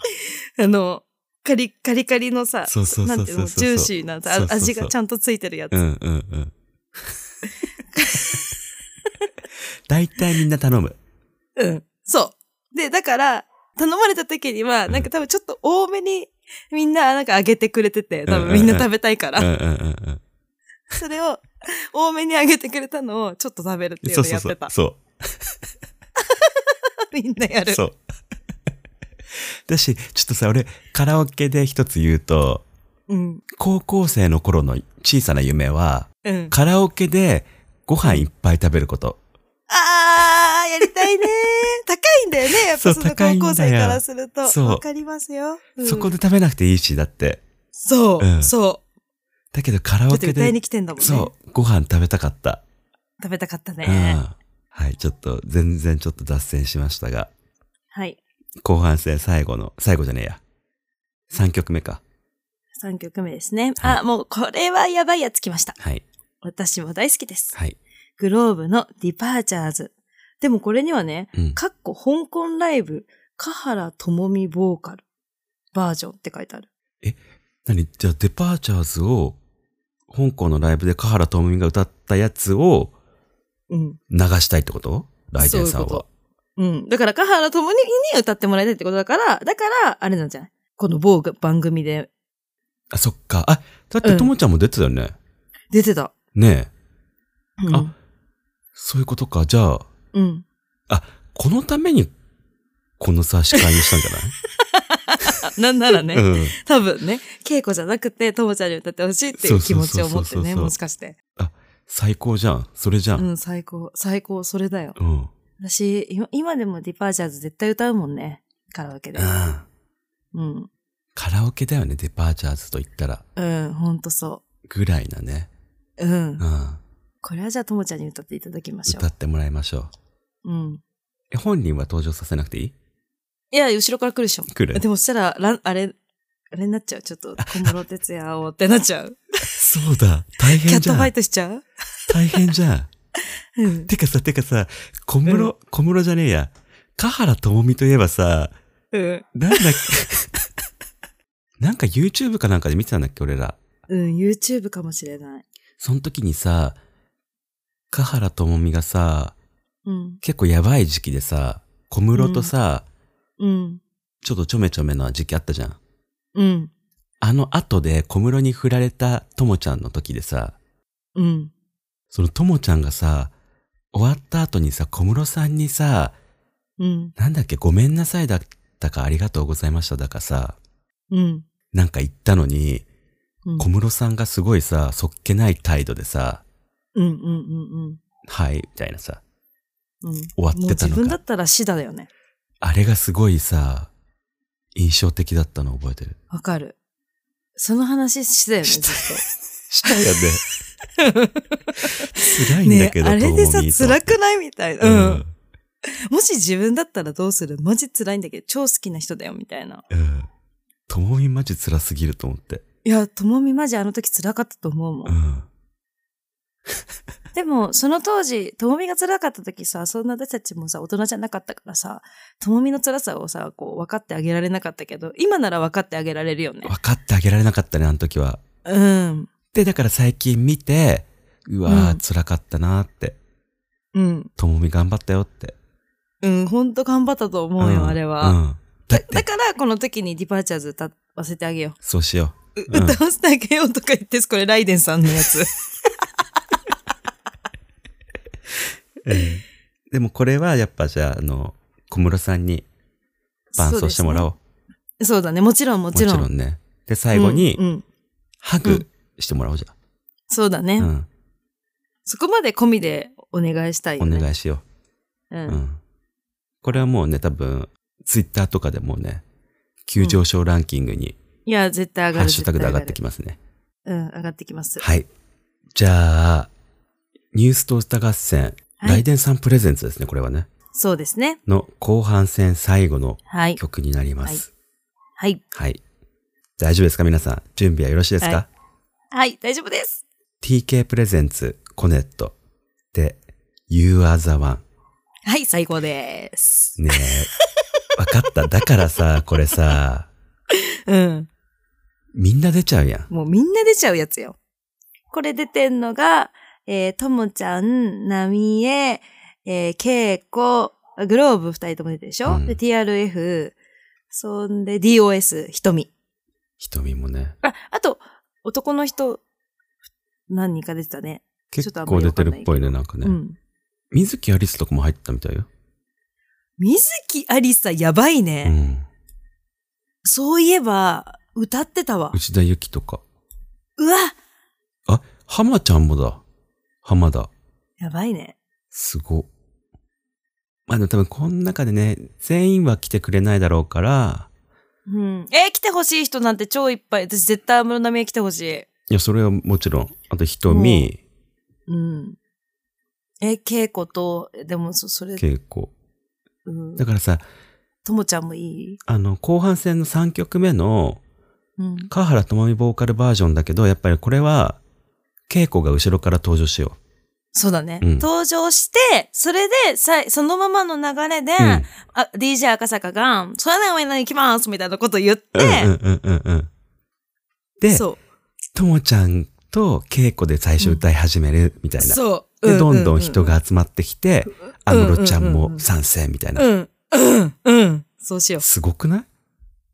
Speaker 2: あの、カリ、カリカリのさ、
Speaker 1: そうそう
Speaker 2: な
Speaker 1: そ
Speaker 2: ん
Speaker 1: う
Speaker 2: てい
Speaker 1: そうう
Speaker 2: の、
Speaker 1: そう。
Speaker 2: ジューシーなさあ
Speaker 1: そうそうそう
Speaker 2: 味がちゃんとついてるやつ。
Speaker 1: うんうん
Speaker 2: (laughs)
Speaker 1: うん。大体みんな頼む。
Speaker 2: うん。そう。で、だから、頼まれた時には、
Speaker 1: うん
Speaker 2: なんか多分ちょっと多めに、みんな、なんかあげてくれてて、多
Speaker 1: うんうん
Speaker 2: 分
Speaker 1: うん
Speaker 2: みんな食べたいから
Speaker 1: うん、うんうん
Speaker 2: それを、多めにあげてくれたのを、ちょっと食べるって
Speaker 1: うん。
Speaker 2: いう
Speaker 1: そ
Speaker 2: の
Speaker 1: う
Speaker 2: を
Speaker 1: そうそ
Speaker 2: やって
Speaker 1: う
Speaker 2: た。。 (laughs)
Speaker 1: そ
Speaker 2: みんなや
Speaker 1: う。
Speaker 2: る。
Speaker 1: そう。だし、ちょっとさ、俺、カラオケで一つ言うと、
Speaker 2: うん。
Speaker 1: 高校生の頃の小さな夢は、
Speaker 2: うん。
Speaker 1: カラオケでご飯いっぱい食べること。
Speaker 2: あー、やりたいねー。高いんだよね。やっ
Speaker 1: そう
Speaker 2: ぱその
Speaker 1: 高いんだ
Speaker 2: 高
Speaker 1: よ
Speaker 2: 校生からすると。
Speaker 1: そう
Speaker 2: わかりますよ。うん
Speaker 1: そこで食べなくていいし、だって。
Speaker 2: そう、
Speaker 1: うん
Speaker 2: そう。
Speaker 1: だけどカラ
Speaker 2: だ
Speaker 1: オ
Speaker 2: って
Speaker 1: ケ
Speaker 2: 歌い
Speaker 1: で、
Speaker 2: に来てんだもんね。
Speaker 1: そう、ご飯食べたかった。
Speaker 2: 食べたかった
Speaker 1: うん
Speaker 2: ね。
Speaker 1: はい、ちょっと、全然ちょっと脱線しましたが、
Speaker 2: はい。
Speaker 1: 後半戦最後の、最後じゃねえや。3曲目か。
Speaker 2: 3曲目ですね。
Speaker 1: はい
Speaker 2: あ、もうこれはやばいやつ来ました。
Speaker 1: はい、
Speaker 2: 私も大好きです。
Speaker 1: はい。
Speaker 2: グローブのディパーチャーズ。でもこれにはね、
Speaker 1: うん。
Speaker 2: かっこ香港ライブ、香原智美ボーカルバージョンって書いてある。
Speaker 1: 何じゃあ、デパーチャーズを、香港のライブで香原朋美が歌ったやつを
Speaker 2: うん。
Speaker 1: 流したいってこと来店さん
Speaker 2: そういうこ
Speaker 1: は。
Speaker 2: うん。だから、香原智美に歌ってもらいたいってことだから、だから、あれなんじゃないこの某番組で
Speaker 1: あ、そっか。あ、だって
Speaker 2: うん
Speaker 1: ともちゃんも出てたよね。
Speaker 2: 出てた。
Speaker 1: ねえ。
Speaker 2: うん。
Speaker 1: あそういうことか。じゃあ、
Speaker 2: うん。
Speaker 1: このためにこの差し替えにしたんじゃない
Speaker 2: なんなら (laughs) ね、
Speaker 1: うん。
Speaker 2: 多分ね、稽古じゃなくて、ともちゃんに歌ってほしいっていう気持ち
Speaker 1: そ
Speaker 2: を持って
Speaker 1: うそうそうそう
Speaker 2: ね、
Speaker 1: そう
Speaker 2: もしかして。
Speaker 1: 最高じゃん。それじゃ。
Speaker 2: うんん、最高、最高、それだよ。
Speaker 1: うん。うん。
Speaker 2: 私、今今でもディパーチャーズ絶対歌うもんね。カラオケで。うん。
Speaker 1: カラオケだよね、デパーチャーズと言ったら。
Speaker 2: うん、ほんとそ
Speaker 1: ぐらいなね。
Speaker 2: う。うん
Speaker 1: う。ん。
Speaker 2: これはじゃあ、ともちゃんに歌っていただきましょ
Speaker 1: 歌ってもらいましょう。
Speaker 2: う。うん。
Speaker 1: え、本人は登場させなくていい
Speaker 2: いや、後ろから来るでしょ。
Speaker 1: 来る
Speaker 2: でもそしたら、らんあれ、あれになっちゃう。ち
Speaker 1: (laughs)
Speaker 2: ょっと、小室哲也をってなっちゃう。
Speaker 1: そうだ。大
Speaker 2: キャ
Speaker 1: (laughs) 変
Speaker 2: ッ
Speaker 1: じ
Speaker 2: ト
Speaker 1: ゃ
Speaker 2: ファイ
Speaker 1: ん。
Speaker 2: トしちゃう
Speaker 1: 大変じゃん。 (laughs)
Speaker 2: うん。
Speaker 1: てかさ、てかさ、小室、
Speaker 2: う
Speaker 1: 小室じゃねえや。香原朋美といえばさ、
Speaker 2: うん。
Speaker 1: なんだ
Speaker 2: (laughs)
Speaker 1: っけ、なんか YouTube かなんかで見てたんだっけ、俺ら。
Speaker 2: うん、YouTube かもしれない。
Speaker 1: その時にさ、香原朋美がさ、
Speaker 2: うん。
Speaker 1: 結構やばい時期でさ、小室とさ、
Speaker 2: うん。
Speaker 1: ちょっとちょめちょめな時期あったじゃん。
Speaker 2: うん。
Speaker 1: あの後で小室に振られたともちゃんの時でさ、
Speaker 2: うん。
Speaker 1: そのともちゃんがさ、終わった後にさ、小室さんにさ、
Speaker 2: うん。
Speaker 1: なんだっけ、ごめんなさいだったかありがとうございましただかさ、
Speaker 2: うん。
Speaker 1: なんか言ったのに、
Speaker 2: うん
Speaker 1: 小室さんがすごいさ、そっけない態度でさ、
Speaker 2: うんうんうん
Speaker 1: はい、みたいなさ、
Speaker 2: うん。終
Speaker 1: わってたのか
Speaker 2: 自分だったら死だよね。
Speaker 1: あれがすごいさ、印象的だったの覚えて
Speaker 2: (laughs)
Speaker 1: る。
Speaker 2: わかる。その話死だ
Speaker 1: (laughs)
Speaker 2: よね、ずっ
Speaker 1: したよね。辛
Speaker 2: と。 (laughs)
Speaker 1: いんだけど、
Speaker 2: あれでさ、辛
Speaker 1: く、
Speaker 2: くないみたいな。
Speaker 1: う
Speaker 2: うん
Speaker 1: ん。。
Speaker 2: もし自分だったらどうするマジ辛いんだけど、超好きな人だよ、みたいな。
Speaker 1: うん。ともみマジ辛すぎると思って。
Speaker 2: いや、ともみマジあの時辛かったと思うも。
Speaker 1: うんん。
Speaker 2: でも、その当時、ともみが辛かった時さ、そんな私たちもさ、大人じゃなかったからさ、ともみの辛さをさ、こう、分かってあげられなかったけど、今なら分かってあげられるよね
Speaker 1: 分。かってあげられなかったね、あの時は。
Speaker 2: うん。
Speaker 1: で、だから最近見て、うわー、
Speaker 2: うん
Speaker 1: 辛かったなーって。
Speaker 2: うん。
Speaker 1: ともみ頑張ったよって。
Speaker 2: うん、ほんと頑張ったと思うよ、
Speaker 1: ん
Speaker 2: あれは。
Speaker 1: うん。だっ
Speaker 2: だ
Speaker 1: て、
Speaker 2: から、この時にディパーチャーズ歌わせてあげよ
Speaker 1: そうしよ
Speaker 2: う。う
Speaker 1: うん
Speaker 2: 歌わせてあげようとか言って、これライデンさんのやつ。
Speaker 1: う。でもこれはやっぱじゃあ、あの、小室さんに伴奏してもらおう。
Speaker 2: そうだね。もちろん、もちろん。
Speaker 1: もちろんね。で、最後に
Speaker 2: うん、うん
Speaker 1: ハ
Speaker 2: う
Speaker 1: グ
Speaker 2: ん
Speaker 1: してもらおうじ
Speaker 2: そうだね、
Speaker 1: ゃん。うん。
Speaker 2: そこまで込みでお願いしたいよ
Speaker 1: お
Speaker 2: ね。
Speaker 1: 願いしよ
Speaker 2: う
Speaker 1: う。
Speaker 2: ん。
Speaker 1: うん。これはもうね、多分、ツイッターとかでもうね、急上昇ランキングに、
Speaker 2: いや、絶対上が
Speaker 1: ハ
Speaker 2: る。
Speaker 1: ッシュタグで上がって
Speaker 2: 絶
Speaker 1: きますね。
Speaker 2: 対上がるうん、上がってきます。
Speaker 1: はい。じゃあ、ニュースと歌合戦、
Speaker 2: はい
Speaker 1: ライデンさんプレゼンツですね、これはね。
Speaker 2: そうですね。
Speaker 1: の後半戦最後の
Speaker 2: はい。
Speaker 1: 曲になります。
Speaker 2: はい。
Speaker 1: はい。大丈夫ですか皆さん。準備はよろしいですか、
Speaker 2: ははい、大丈夫です。
Speaker 1: ?TK プレゼンツ、コネットで、You are the one。
Speaker 2: はい、最高です。
Speaker 1: ね
Speaker 2: (laughs)
Speaker 1: え。わかった。だからさ、これさ、
Speaker 2: うん。
Speaker 1: みんな出ちゃうやん。
Speaker 2: もうみんな出ちゃうやつよ。これ出てんのが、えー、ともちゃん、なみえ、えー、けいこ、グローブ二人とも出てるでしょ、
Speaker 1: うん
Speaker 2: で、TRF、そんで DOS、ひとみ。
Speaker 1: 瞳もね。
Speaker 2: あ、あと、男の人、何人か出てたね。ちょ
Speaker 1: 結
Speaker 2: っとあんま
Speaker 1: 構
Speaker 2: り
Speaker 1: 出
Speaker 2: わか
Speaker 1: て
Speaker 2: んない
Speaker 1: るっぽいね、なんかね。
Speaker 2: うん。
Speaker 1: 水木有栖とかも入ってたみたいよ。
Speaker 2: 水木ありさ、やばいうね、
Speaker 1: ん。
Speaker 2: そういえば、歌ってたわ。
Speaker 1: 内田有紀とか。
Speaker 2: うわ
Speaker 1: あ、浜ちゃんもだ。浜だ。
Speaker 2: やばいね。
Speaker 1: すご。まあでも多分この中でね、全員は来てくれないだろうから、
Speaker 2: うん。えー来てほしい人なんて超いっぱい。私絶対安室奈美恵来てほしい。
Speaker 1: いや、それはもちろん。あと、ひとみ、
Speaker 2: うん。えー、稽古と、でもそ、それ、
Speaker 1: けいこ。
Speaker 2: うん
Speaker 1: だ。からさ、
Speaker 2: ともちゃんもいい
Speaker 1: あの、後半戦の3曲目の、
Speaker 2: うん。
Speaker 1: 川原智美ボーカルバージョンだけど、やっぱりこれは、けいこが後ろから登場しよ
Speaker 2: そうだね。
Speaker 1: うん
Speaker 2: 登場して、それで、さい、そのままの流れで、
Speaker 1: う。うん。
Speaker 2: あ DJ 赤坂が、それでは上に行きますみたいなこと言って、
Speaker 1: うんうんうんうんうん。で、
Speaker 2: そう。
Speaker 1: ともちゃんとけいこで最初歌い始めるみたいな。
Speaker 2: そう。う
Speaker 1: で、
Speaker 2: う
Speaker 1: どんどん人が集まってきて、
Speaker 2: う
Speaker 1: 安
Speaker 2: んうんうん
Speaker 1: 室ちゃんも参戦みたいな
Speaker 2: う。ん。うん。うん。そうしよう。
Speaker 1: すごくない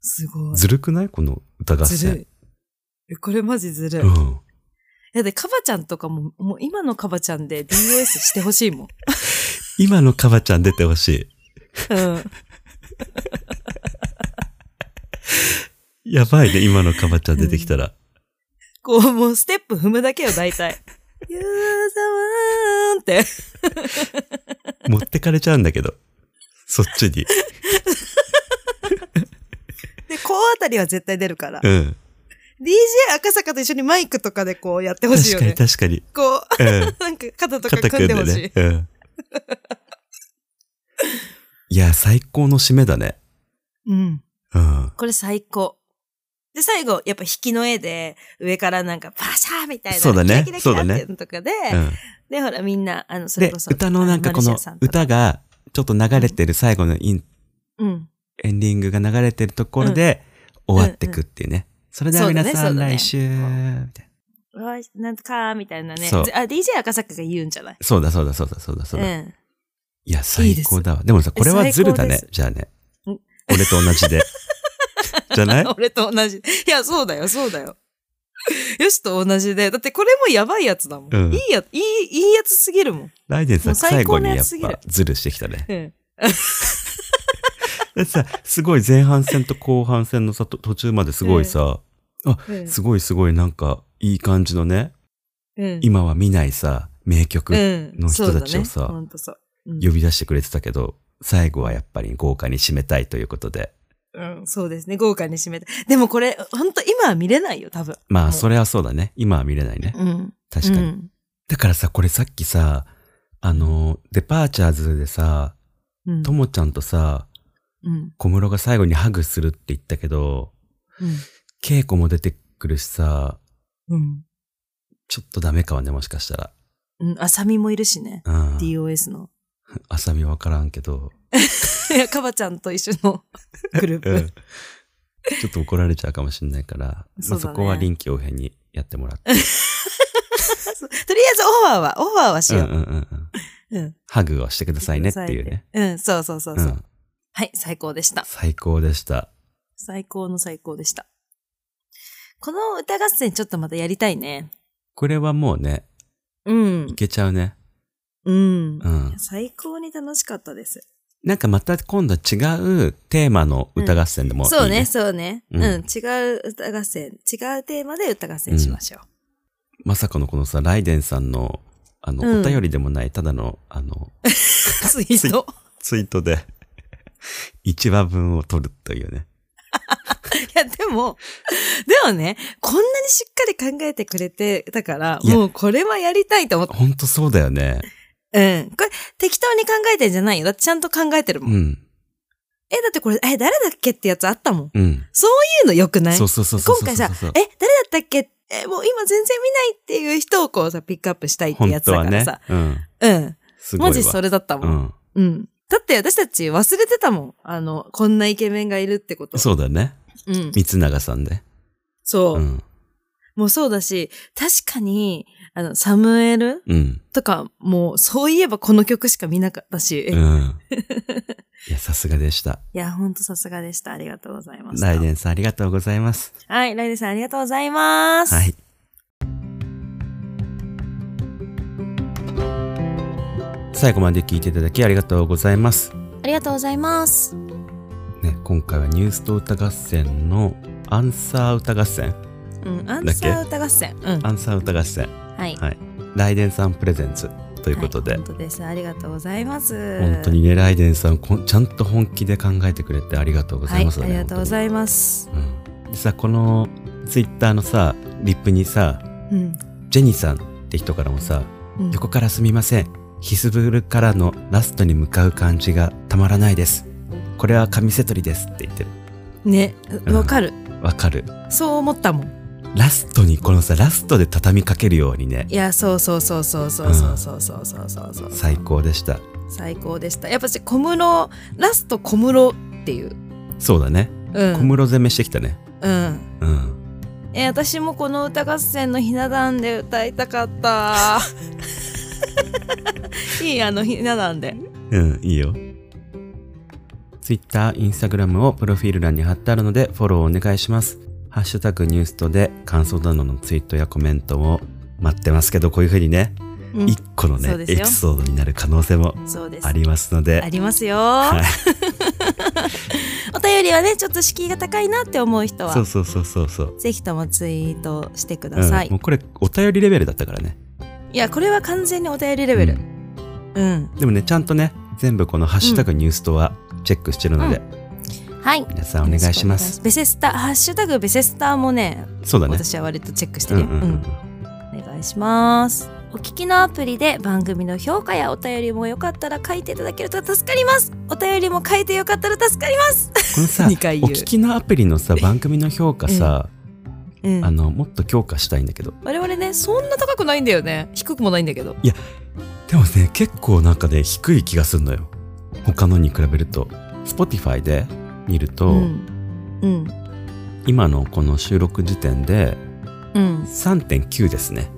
Speaker 2: すごい。
Speaker 1: ずるくないこの歌合
Speaker 2: ず
Speaker 1: 戦。
Speaker 2: るい。これマジずるい。
Speaker 1: う
Speaker 2: だ
Speaker 1: ん。
Speaker 2: ってカバちゃんとかも、もう今のカバちゃんで DOS してほしいもん。
Speaker 1: 今のカバちゃん出てほしい。
Speaker 2: うん。
Speaker 1: やばいね、今のかばちゃん出てきたら。
Speaker 2: こう、もうステップ踏むだけよ、大体。 (laughs) ユーザーンって。
Speaker 1: 持ってかれちゃうんだけど。そっちに。
Speaker 2: で、こう (laughs) あたりは絶対出るから。
Speaker 1: うん。
Speaker 2: DJ 赤坂と一緒にマイクとかでこうやってほし
Speaker 1: 確
Speaker 2: いよ
Speaker 1: かに
Speaker 2: ね。
Speaker 1: 確かに。
Speaker 2: こう、 (laughs)
Speaker 1: うん。
Speaker 2: なんか肩とか
Speaker 1: 肩
Speaker 2: 組
Speaker 1: 組
Speaker 2: ん
Speaker 1: んで
Speaker 2: でほしい。
Speaker 1: ね。うん。いや、最高の締めだね。
Speaker 2: うん。
Speaker 1: うん。
Speaker 2: これ最高。で、最後、やっぱ引きの絵で、上からなんかパシャーみたいな。
Speaker 1: そうだね
Speaker 2: キラキラキラ
Speaker 1: そうだね
Speaker 2: ってのとかで、
Speaker 1: うん、
Speaker 2: で、ほらみんな、あの、それ
Speaker 1: で
Speaker 2: こそ。、
Speaker 1: 歌のなんかこの
Speaker 2: 歌。
Speaker 1: 歌がちょっと流れてる最後のイン
Speaker 2: うん。
Speaker 1: エンディングが流れてるところで終わってくっていうね。それでは皆さ
Speaker 2: そうんだね
Speaker 1: 来
Speaker 2: そ
Speaker 1: 週、
Speaker 2: うだ
Speaker 1: み
Speaker 2: ね
Speaker 1: たいな。
Speaker 2: うわなんとかーみたいなね。
Speaker 1: そう
Speaker 2: あ、DJ 赤坂が言うんじゃない
Speaker 1: そうだそうだそうだそうだそうだ。
Speaker 2: ん。
Speaker 1: いや、最高だわ。でもさ、これはズルだ
Speaker 2: 最
Speaker 1: ね
Speaker 2: 高で。
Speaker 1: じゃあね
Speaker 2: ん。
Speaker 1: 俺と同じ
Speaker 2: (laughs)
Speaker 1: で。じゃない
Speaker 2: 俺と同じ。いや、そうだよ、そうだよ。よしと同じで。だってこれもやばいやつだもん。
Speaker 1: うん
Speaker 2: いいや、いい、いいやつすぎるもん。
Speaker 1: ライデンさ
Speaker 2: もうん最
Speaker 1: 最
Speaker 2: 高
Speaker 1: 後
Speaker 2: の
Speaker 1: に
Speaker 2: や
Speaker 1: や
Speaker 2: つ
Speaker 1: っ
Speaker 2: すぎる
Speaker 1: ぱズルしてきたね。
Speaker 2: うん。
Speaker 1: (laughs) だってさ、すごい前半戦と後半戦のさ、と途中まですごいさ、
Speaker 2: うん。
Speaker 1: すごいすごいなんかいい感じのね、
Speaker 2: うん、
Speaker 1: 今は見ないさ、名曲
Speaker 2: の
Speaker 1: の人たちをさ
Speaker 2: ほんとそう。うん
Speaker 1: 呼び出してくれてたけど、最後はやっぱり豪華に締めたいということで。
Speaker 2: うん、そうですね。豪華に締めて。でもこれ、ほんと今は見れないよ、多分。
Speaker 1: ま
Speaker 2: も
Speaker 1: あ、
Speaker 2: う
Speaker 1: それはそうだね。今は見れないね。
Speaker 2: うん。
Speaker 1: 確かに。だからさ、これさっきさ、あの、デパーチャーズでさ、
Speaker 2: うん。
Speaker 1: ともちゃんとさ、
Speaker 2: うん。
Speaker 1: 小室が最後にハグするって言ったけど、
Speaker 2: うん。
Speaker 1: 稽古も出てくるしさ、
Speaker 2: うん。
Speaker 1: ちょっとダメかはね、もしかしたら。
Speaker 2: うん。あさみもいるしね。
Speaker 1: うん。
Speaker 2: DOS の。 (laughs)
Speaker 1: あさみわからんけど。
Speaker 2: いや、かばちゃんと一緒の (laughs) グルー
Speaker 1: うん
Speaker 2: プ。。
Speaker 1: (laughs) ちょっと怒られちゃうかもしれないから、
Speaker 2: そ
Speaker 1: ま
Speaker 2: う
Speaker 1: あ、
Speaker 2: だね
Speaker 1: そこは臨機応変にやってもらって。
Speaker 2: そうとりあえずオファーは、オファーはし
Speaker 1: うん
Speaker 2: よ
Speaker 1: うんう
Speaker 2: う。
Speaker 1: んうん。
Speaker 2: うん。
Speaker 1: ハグをしてくださいねっていうね。。
Speaker 2: うん、そうそうそう
Speaker 1: う
Speaker 2: そう。
Speaker 1: ん。
Speaker 2: はい、最高でした。
Speaker 1: 最高でした。
Speaker 2: 最高の最高でした。この歌合戦ちょっとまたやりたいね。
Speaker 1: これはもうね、
Speaker 2: うん
Speaker 1: い。けちゃうね。
Speaker 2: うん。
Speaker 1: うん。
Speaker 2: 最高に楽しかったです。
Speaker 1: なんかまた今度は違うテーマの歌合戦でもいい、ね
Speaker 2: そうね、そうね。う、
Speaker 1: うんん
Speaker 2: 違う歌合戦、違うテーマで歌合戦しましょ
Speaker 1: まさかのこのさ、ライデンさんの、あの、
Speaker 2: う
Speaker 1: お
Speaker 2: ん
Speaker 1: 便りでもない、ただの、あ
Speaker 2: (laughs)
Speaker 1: の、
Speaker 2: う。ツイート。
Speaker 1: ツイートで、1話分を取るというね。
Speaker 2: いや、でも、でもね、こんなにしっかり考えてくれてたから、
Speaker 1: いや
Speaker 2: もうこれはやりたいと思って。
Speaker 1: ほんとそうだよね。
Speaker 2: うん。これ、適当に考えてんじゃないよ。だってちゃんと考えてるもん。
Speaker 1: うん。
Speaker 2: え、だってこれ、え、誰だっけってやつあったもん。
Speaker 1: うん。
Speaker 2: そういうの良くない
Speaker 1: そうそうそうそう
Speaker 2: 今
Speaker 1: そうそう
Speaker 2: 回
Speaker 1: そう。、
Speaker 2: さえ、誰だったっけえ、もう今全然見ないっていう人をこうさ、ピックアップしたいって
Speaker 1: 本
Speaker 2: やつ
Speaker 1: 当
Speaker 2: だ
Speaker 1: は
Speaker 2: から
Speaker 1: ね
Speaker 2: さ。。
Speaker 1: うん。
Speaker 2: うん。
Speaker 1: すごい
Speaker 2: 文
Speaker 1: わ。
Speaker 2: 字それだったも。
Speaker 1: うんん。
Speaker 2: うん。だって私たち忘れてたもん。あの、こんなイケメンがいるってこと。
Speaker 1: そうだね。
Speaker 2: う。ん。
Speaker 1: 三永さんで。
Speaker 2: そう。
Speaker 1: うん。
Speaker 2: もうそうだし、確かに、あの、サムエル
Speaker 1: うん。
Speaker 2: とか、もう、そういえばこの曲しか見なかったし。
Speaker 1: う
Speaker 2: い
Speaker 1: ん。いや、さすがでした。
Speaker 2: や、ほんとさすがでした。ありがとうございました。
Speaker 1: ライデンさんありがとうございます。
Speaker 2: はい、ライデンさんありがとうございます。
Speaker 1: はい。最後まで聞いていただきありがとうございます。
Speaker 2: ありがとうございます。
Speaker 1: ね、今回はニュースと歌合戦のアンサー歌合戦、
Speaker 2: うん、アンサー歌合戦。うん。
Speaker 1: アンサー歌合戦、
Speaker 2: はい。
Speaker 1: はい。ライデンさんプレゼンツということで、
Speaker 2: はい本当です。ありがとうございます。
Speaker 1: 本当にね、ライデンさんこんちゃんと本気で考えてくれてありがとうございます、
Speaker 2: はい、ありがとうご
Speaker 1: い
Speaker 2: ざいます。
Speaker 1: うん、でさ、このツイッターのさ、リップにさ、
Speaker 2: うん。
Speaker 1: ジェニーさんって人からもさ、
Speaker 2: うん
Speaker 1: 横からすみません。ヒスブルからのラストに向かう感じがたまらないです。これは紙セトリですって言ってる。
Speaker 2: ね、
Speaker 1: うん
Speaker 2: わかる。
Speaker 1: わかる。
Speaker 2: そう思ったもん。
Speaker 1: ラストに、このさ、ラストで畳みかけるようにね
Speaker 2: い、やそうそうそうそうそうそうそうそうそうそうそう
Speaker 1: 最高でした。
Speaker 2: 最高でしたやっぱし小室ラスト小室っていう
Speaker 1: そうだね。
Speaker 2: う
Speaker 1: 小
Speaker 2: ん、
Speaker 1: 室攻めしてきたね。
Speaker 2: うん、
Speaker 1: うん。
Speaker 2: えー私もこの歌合戦のひな壇で歌いたかった
Speaker 1: (laughs)
Speaker 2: いいあのひな壇で
Speaker 1: うん、いいよ。Twitter、Instagram をプロフィール欄に貼ってあるのでフォローお願いします。ハッシュタグニュースとで感想などのツイートやコメントを待ってますけど、こういう風にね、
Speaker 2: うん
Speaker 1: 一個の
Speaker 2: そう
Speaker 1: ね、
Speaker 2: で
Speaker 1: エ
Speaker 2: すよ
Speaker 1: ピソードになる可能性も
Speaker 2: そうです
Speaker 1: ありますので
Speaker 2: あ、りますよ
Speaker 1: はい
Speaker 2: (laughs) お便りはねちょっと敷居が高いなって思う人
Speaker 1: そ
Speaker 2: は
Speaker 1: うそうそうそうそう。
Speaker 2: ぜひともツイートしてく
Speaker 1: う
Speaker 2: ださ
Speaker 1: ん
Speaker 2: い、
Speaker 1: もうこれお便りレベルだったからね。
Speaker 2: いやこれは完全にお便りレベル
Speaker 1: う
Speaker 2: うん、
Speaker 1: んでもねちゃんとね全部このハッシュタグニュースとはチェックしてるので、
Speaker 2: はいお
Speaker 1: 皆さんお願いします。
Speaker 2: ベセスタハッシュタグベセスターもね
Speaker 1: そうだね。
Speaker 2: 私は割とチェックして
Speaker 1: うん
Speaker 2: る
Speaker 1: う
Speaker 2: よ、
Speaker 1: んう
Speaker 2: うんんお願いしますお聞きのアプリで番組の評価やお便りもよかったら書いていただけると助かりますお便りも書いてよかったら助かります、
Speaker 1: この
Speaker 2: (laughs)
Speaker 1: さお
Speaker 2: 二回言う
Speaker 1: 聞きのアプリのさ番組の評価さ、
Speaker 2: うん
Speaker 1: あのもっと強化したいんだけど
Speaker 2: 我々ねそんな高くないんだよね低くもないんだけど
Speaker 1: でもね結構なんかね低い気がするのよ他のに比べると Spotify で見ると、
Speaker 2: うんうん
Speaker 1: 今のこの収録時点で
Speaker 2: うん
Speaker 1: 3.9ですね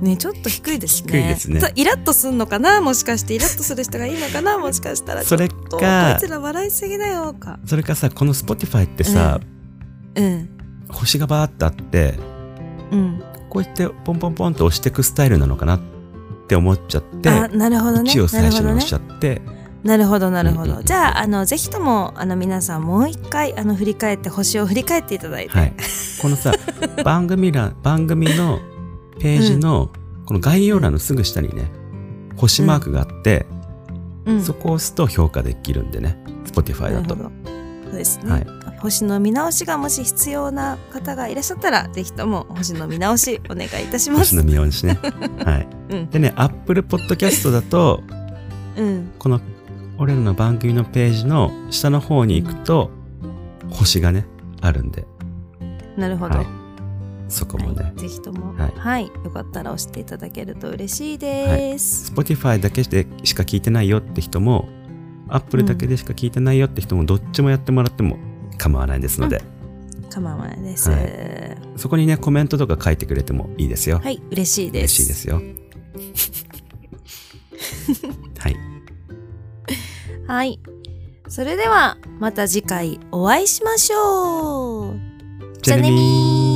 Speaker 2: ねちょっと低いですね
Speaker 1: 低いですね
Speaker 2: たイラッとすんのかなもしかしてイラッとする人がいいのかなもしかしたら
Speaker 1: それ
Speaker 2: ちょっとこ
Speaker 1: か
Speaker 2: いつら笑いすぎだよか
Speaker 1: それかさこの Spotify ってさ、
Speaker 2: うん
Speaker 1: 星がバーってあって
Speaker 2: うん
Speaker 1: こうやってポンポンポンと押していくスタイルなのかなって思っちゃって
Speaker 2: あなるほどね
Speaker 1: 1を最初に
Speaker 2: な
Speaker 1: 押
Speaker 2: るほどね
Speaker 1: しちゃって、
Speaker 2: なるほどなるほど、
Speaker 1: うんうんうん
Speaker 2: じゃああのぜひともあの皆さんもう一回あの振り返って星を振り返っていただいて、
Speaker 1: はい、この
Speaker 2: (laughs)
Speaker 1: さ番組欄番組のページの、この概要欄のすぐ下にね星マークがあって、
Speaker 2: うん、
Speaker 1: そこを押すと評価できるんでね Spotify だと
Speaker 2: なるほどそうですね、
Speaker 1: はい
Speaker 2: 星の見直しがもし必要な方がいらっしゃったらぜひとも星の見直しお願いいたしま
Speaker 1: 星
Speaker 2: す
Speaker 1: の見ようにしね、
Speaker 2: (laughs)
Speaker 1: はい、
Speaker 2: うん
Speaker 1: でね Apple Podcast だと
Speaker 2: うん
Speaker 1: この俺らの番組のページの下の方に行くと、星がねあるんで、
Speaker 2: なるほど、
Speaker 1: は
Speaker 2: はいい、
Speaker 1: そこもね、
Speaker 2: ぜひとも
Speaker 1: は
Speaker 2: はいい、よかったら押していただけると嬉しいです、
Speaker 1: Spotify だけでしか聞いてないよって人も Apple だけでしか聞いてないよって人もどっちもやってもらっても構わないですので、
Speaker 2: 構わないです
Speaker 1: は
Speaker 2: はいい、
Speaker 1: そこにねコメントとか書いてくれてもいいですよ、
Speaker 2: 嬉しいです
Speaker 1: 嬉しいです
Speaker 2: (laughs)
Speaker 1: よはい
Speaker 2: はいそれではまた次回お会いしましょうじゃあねみー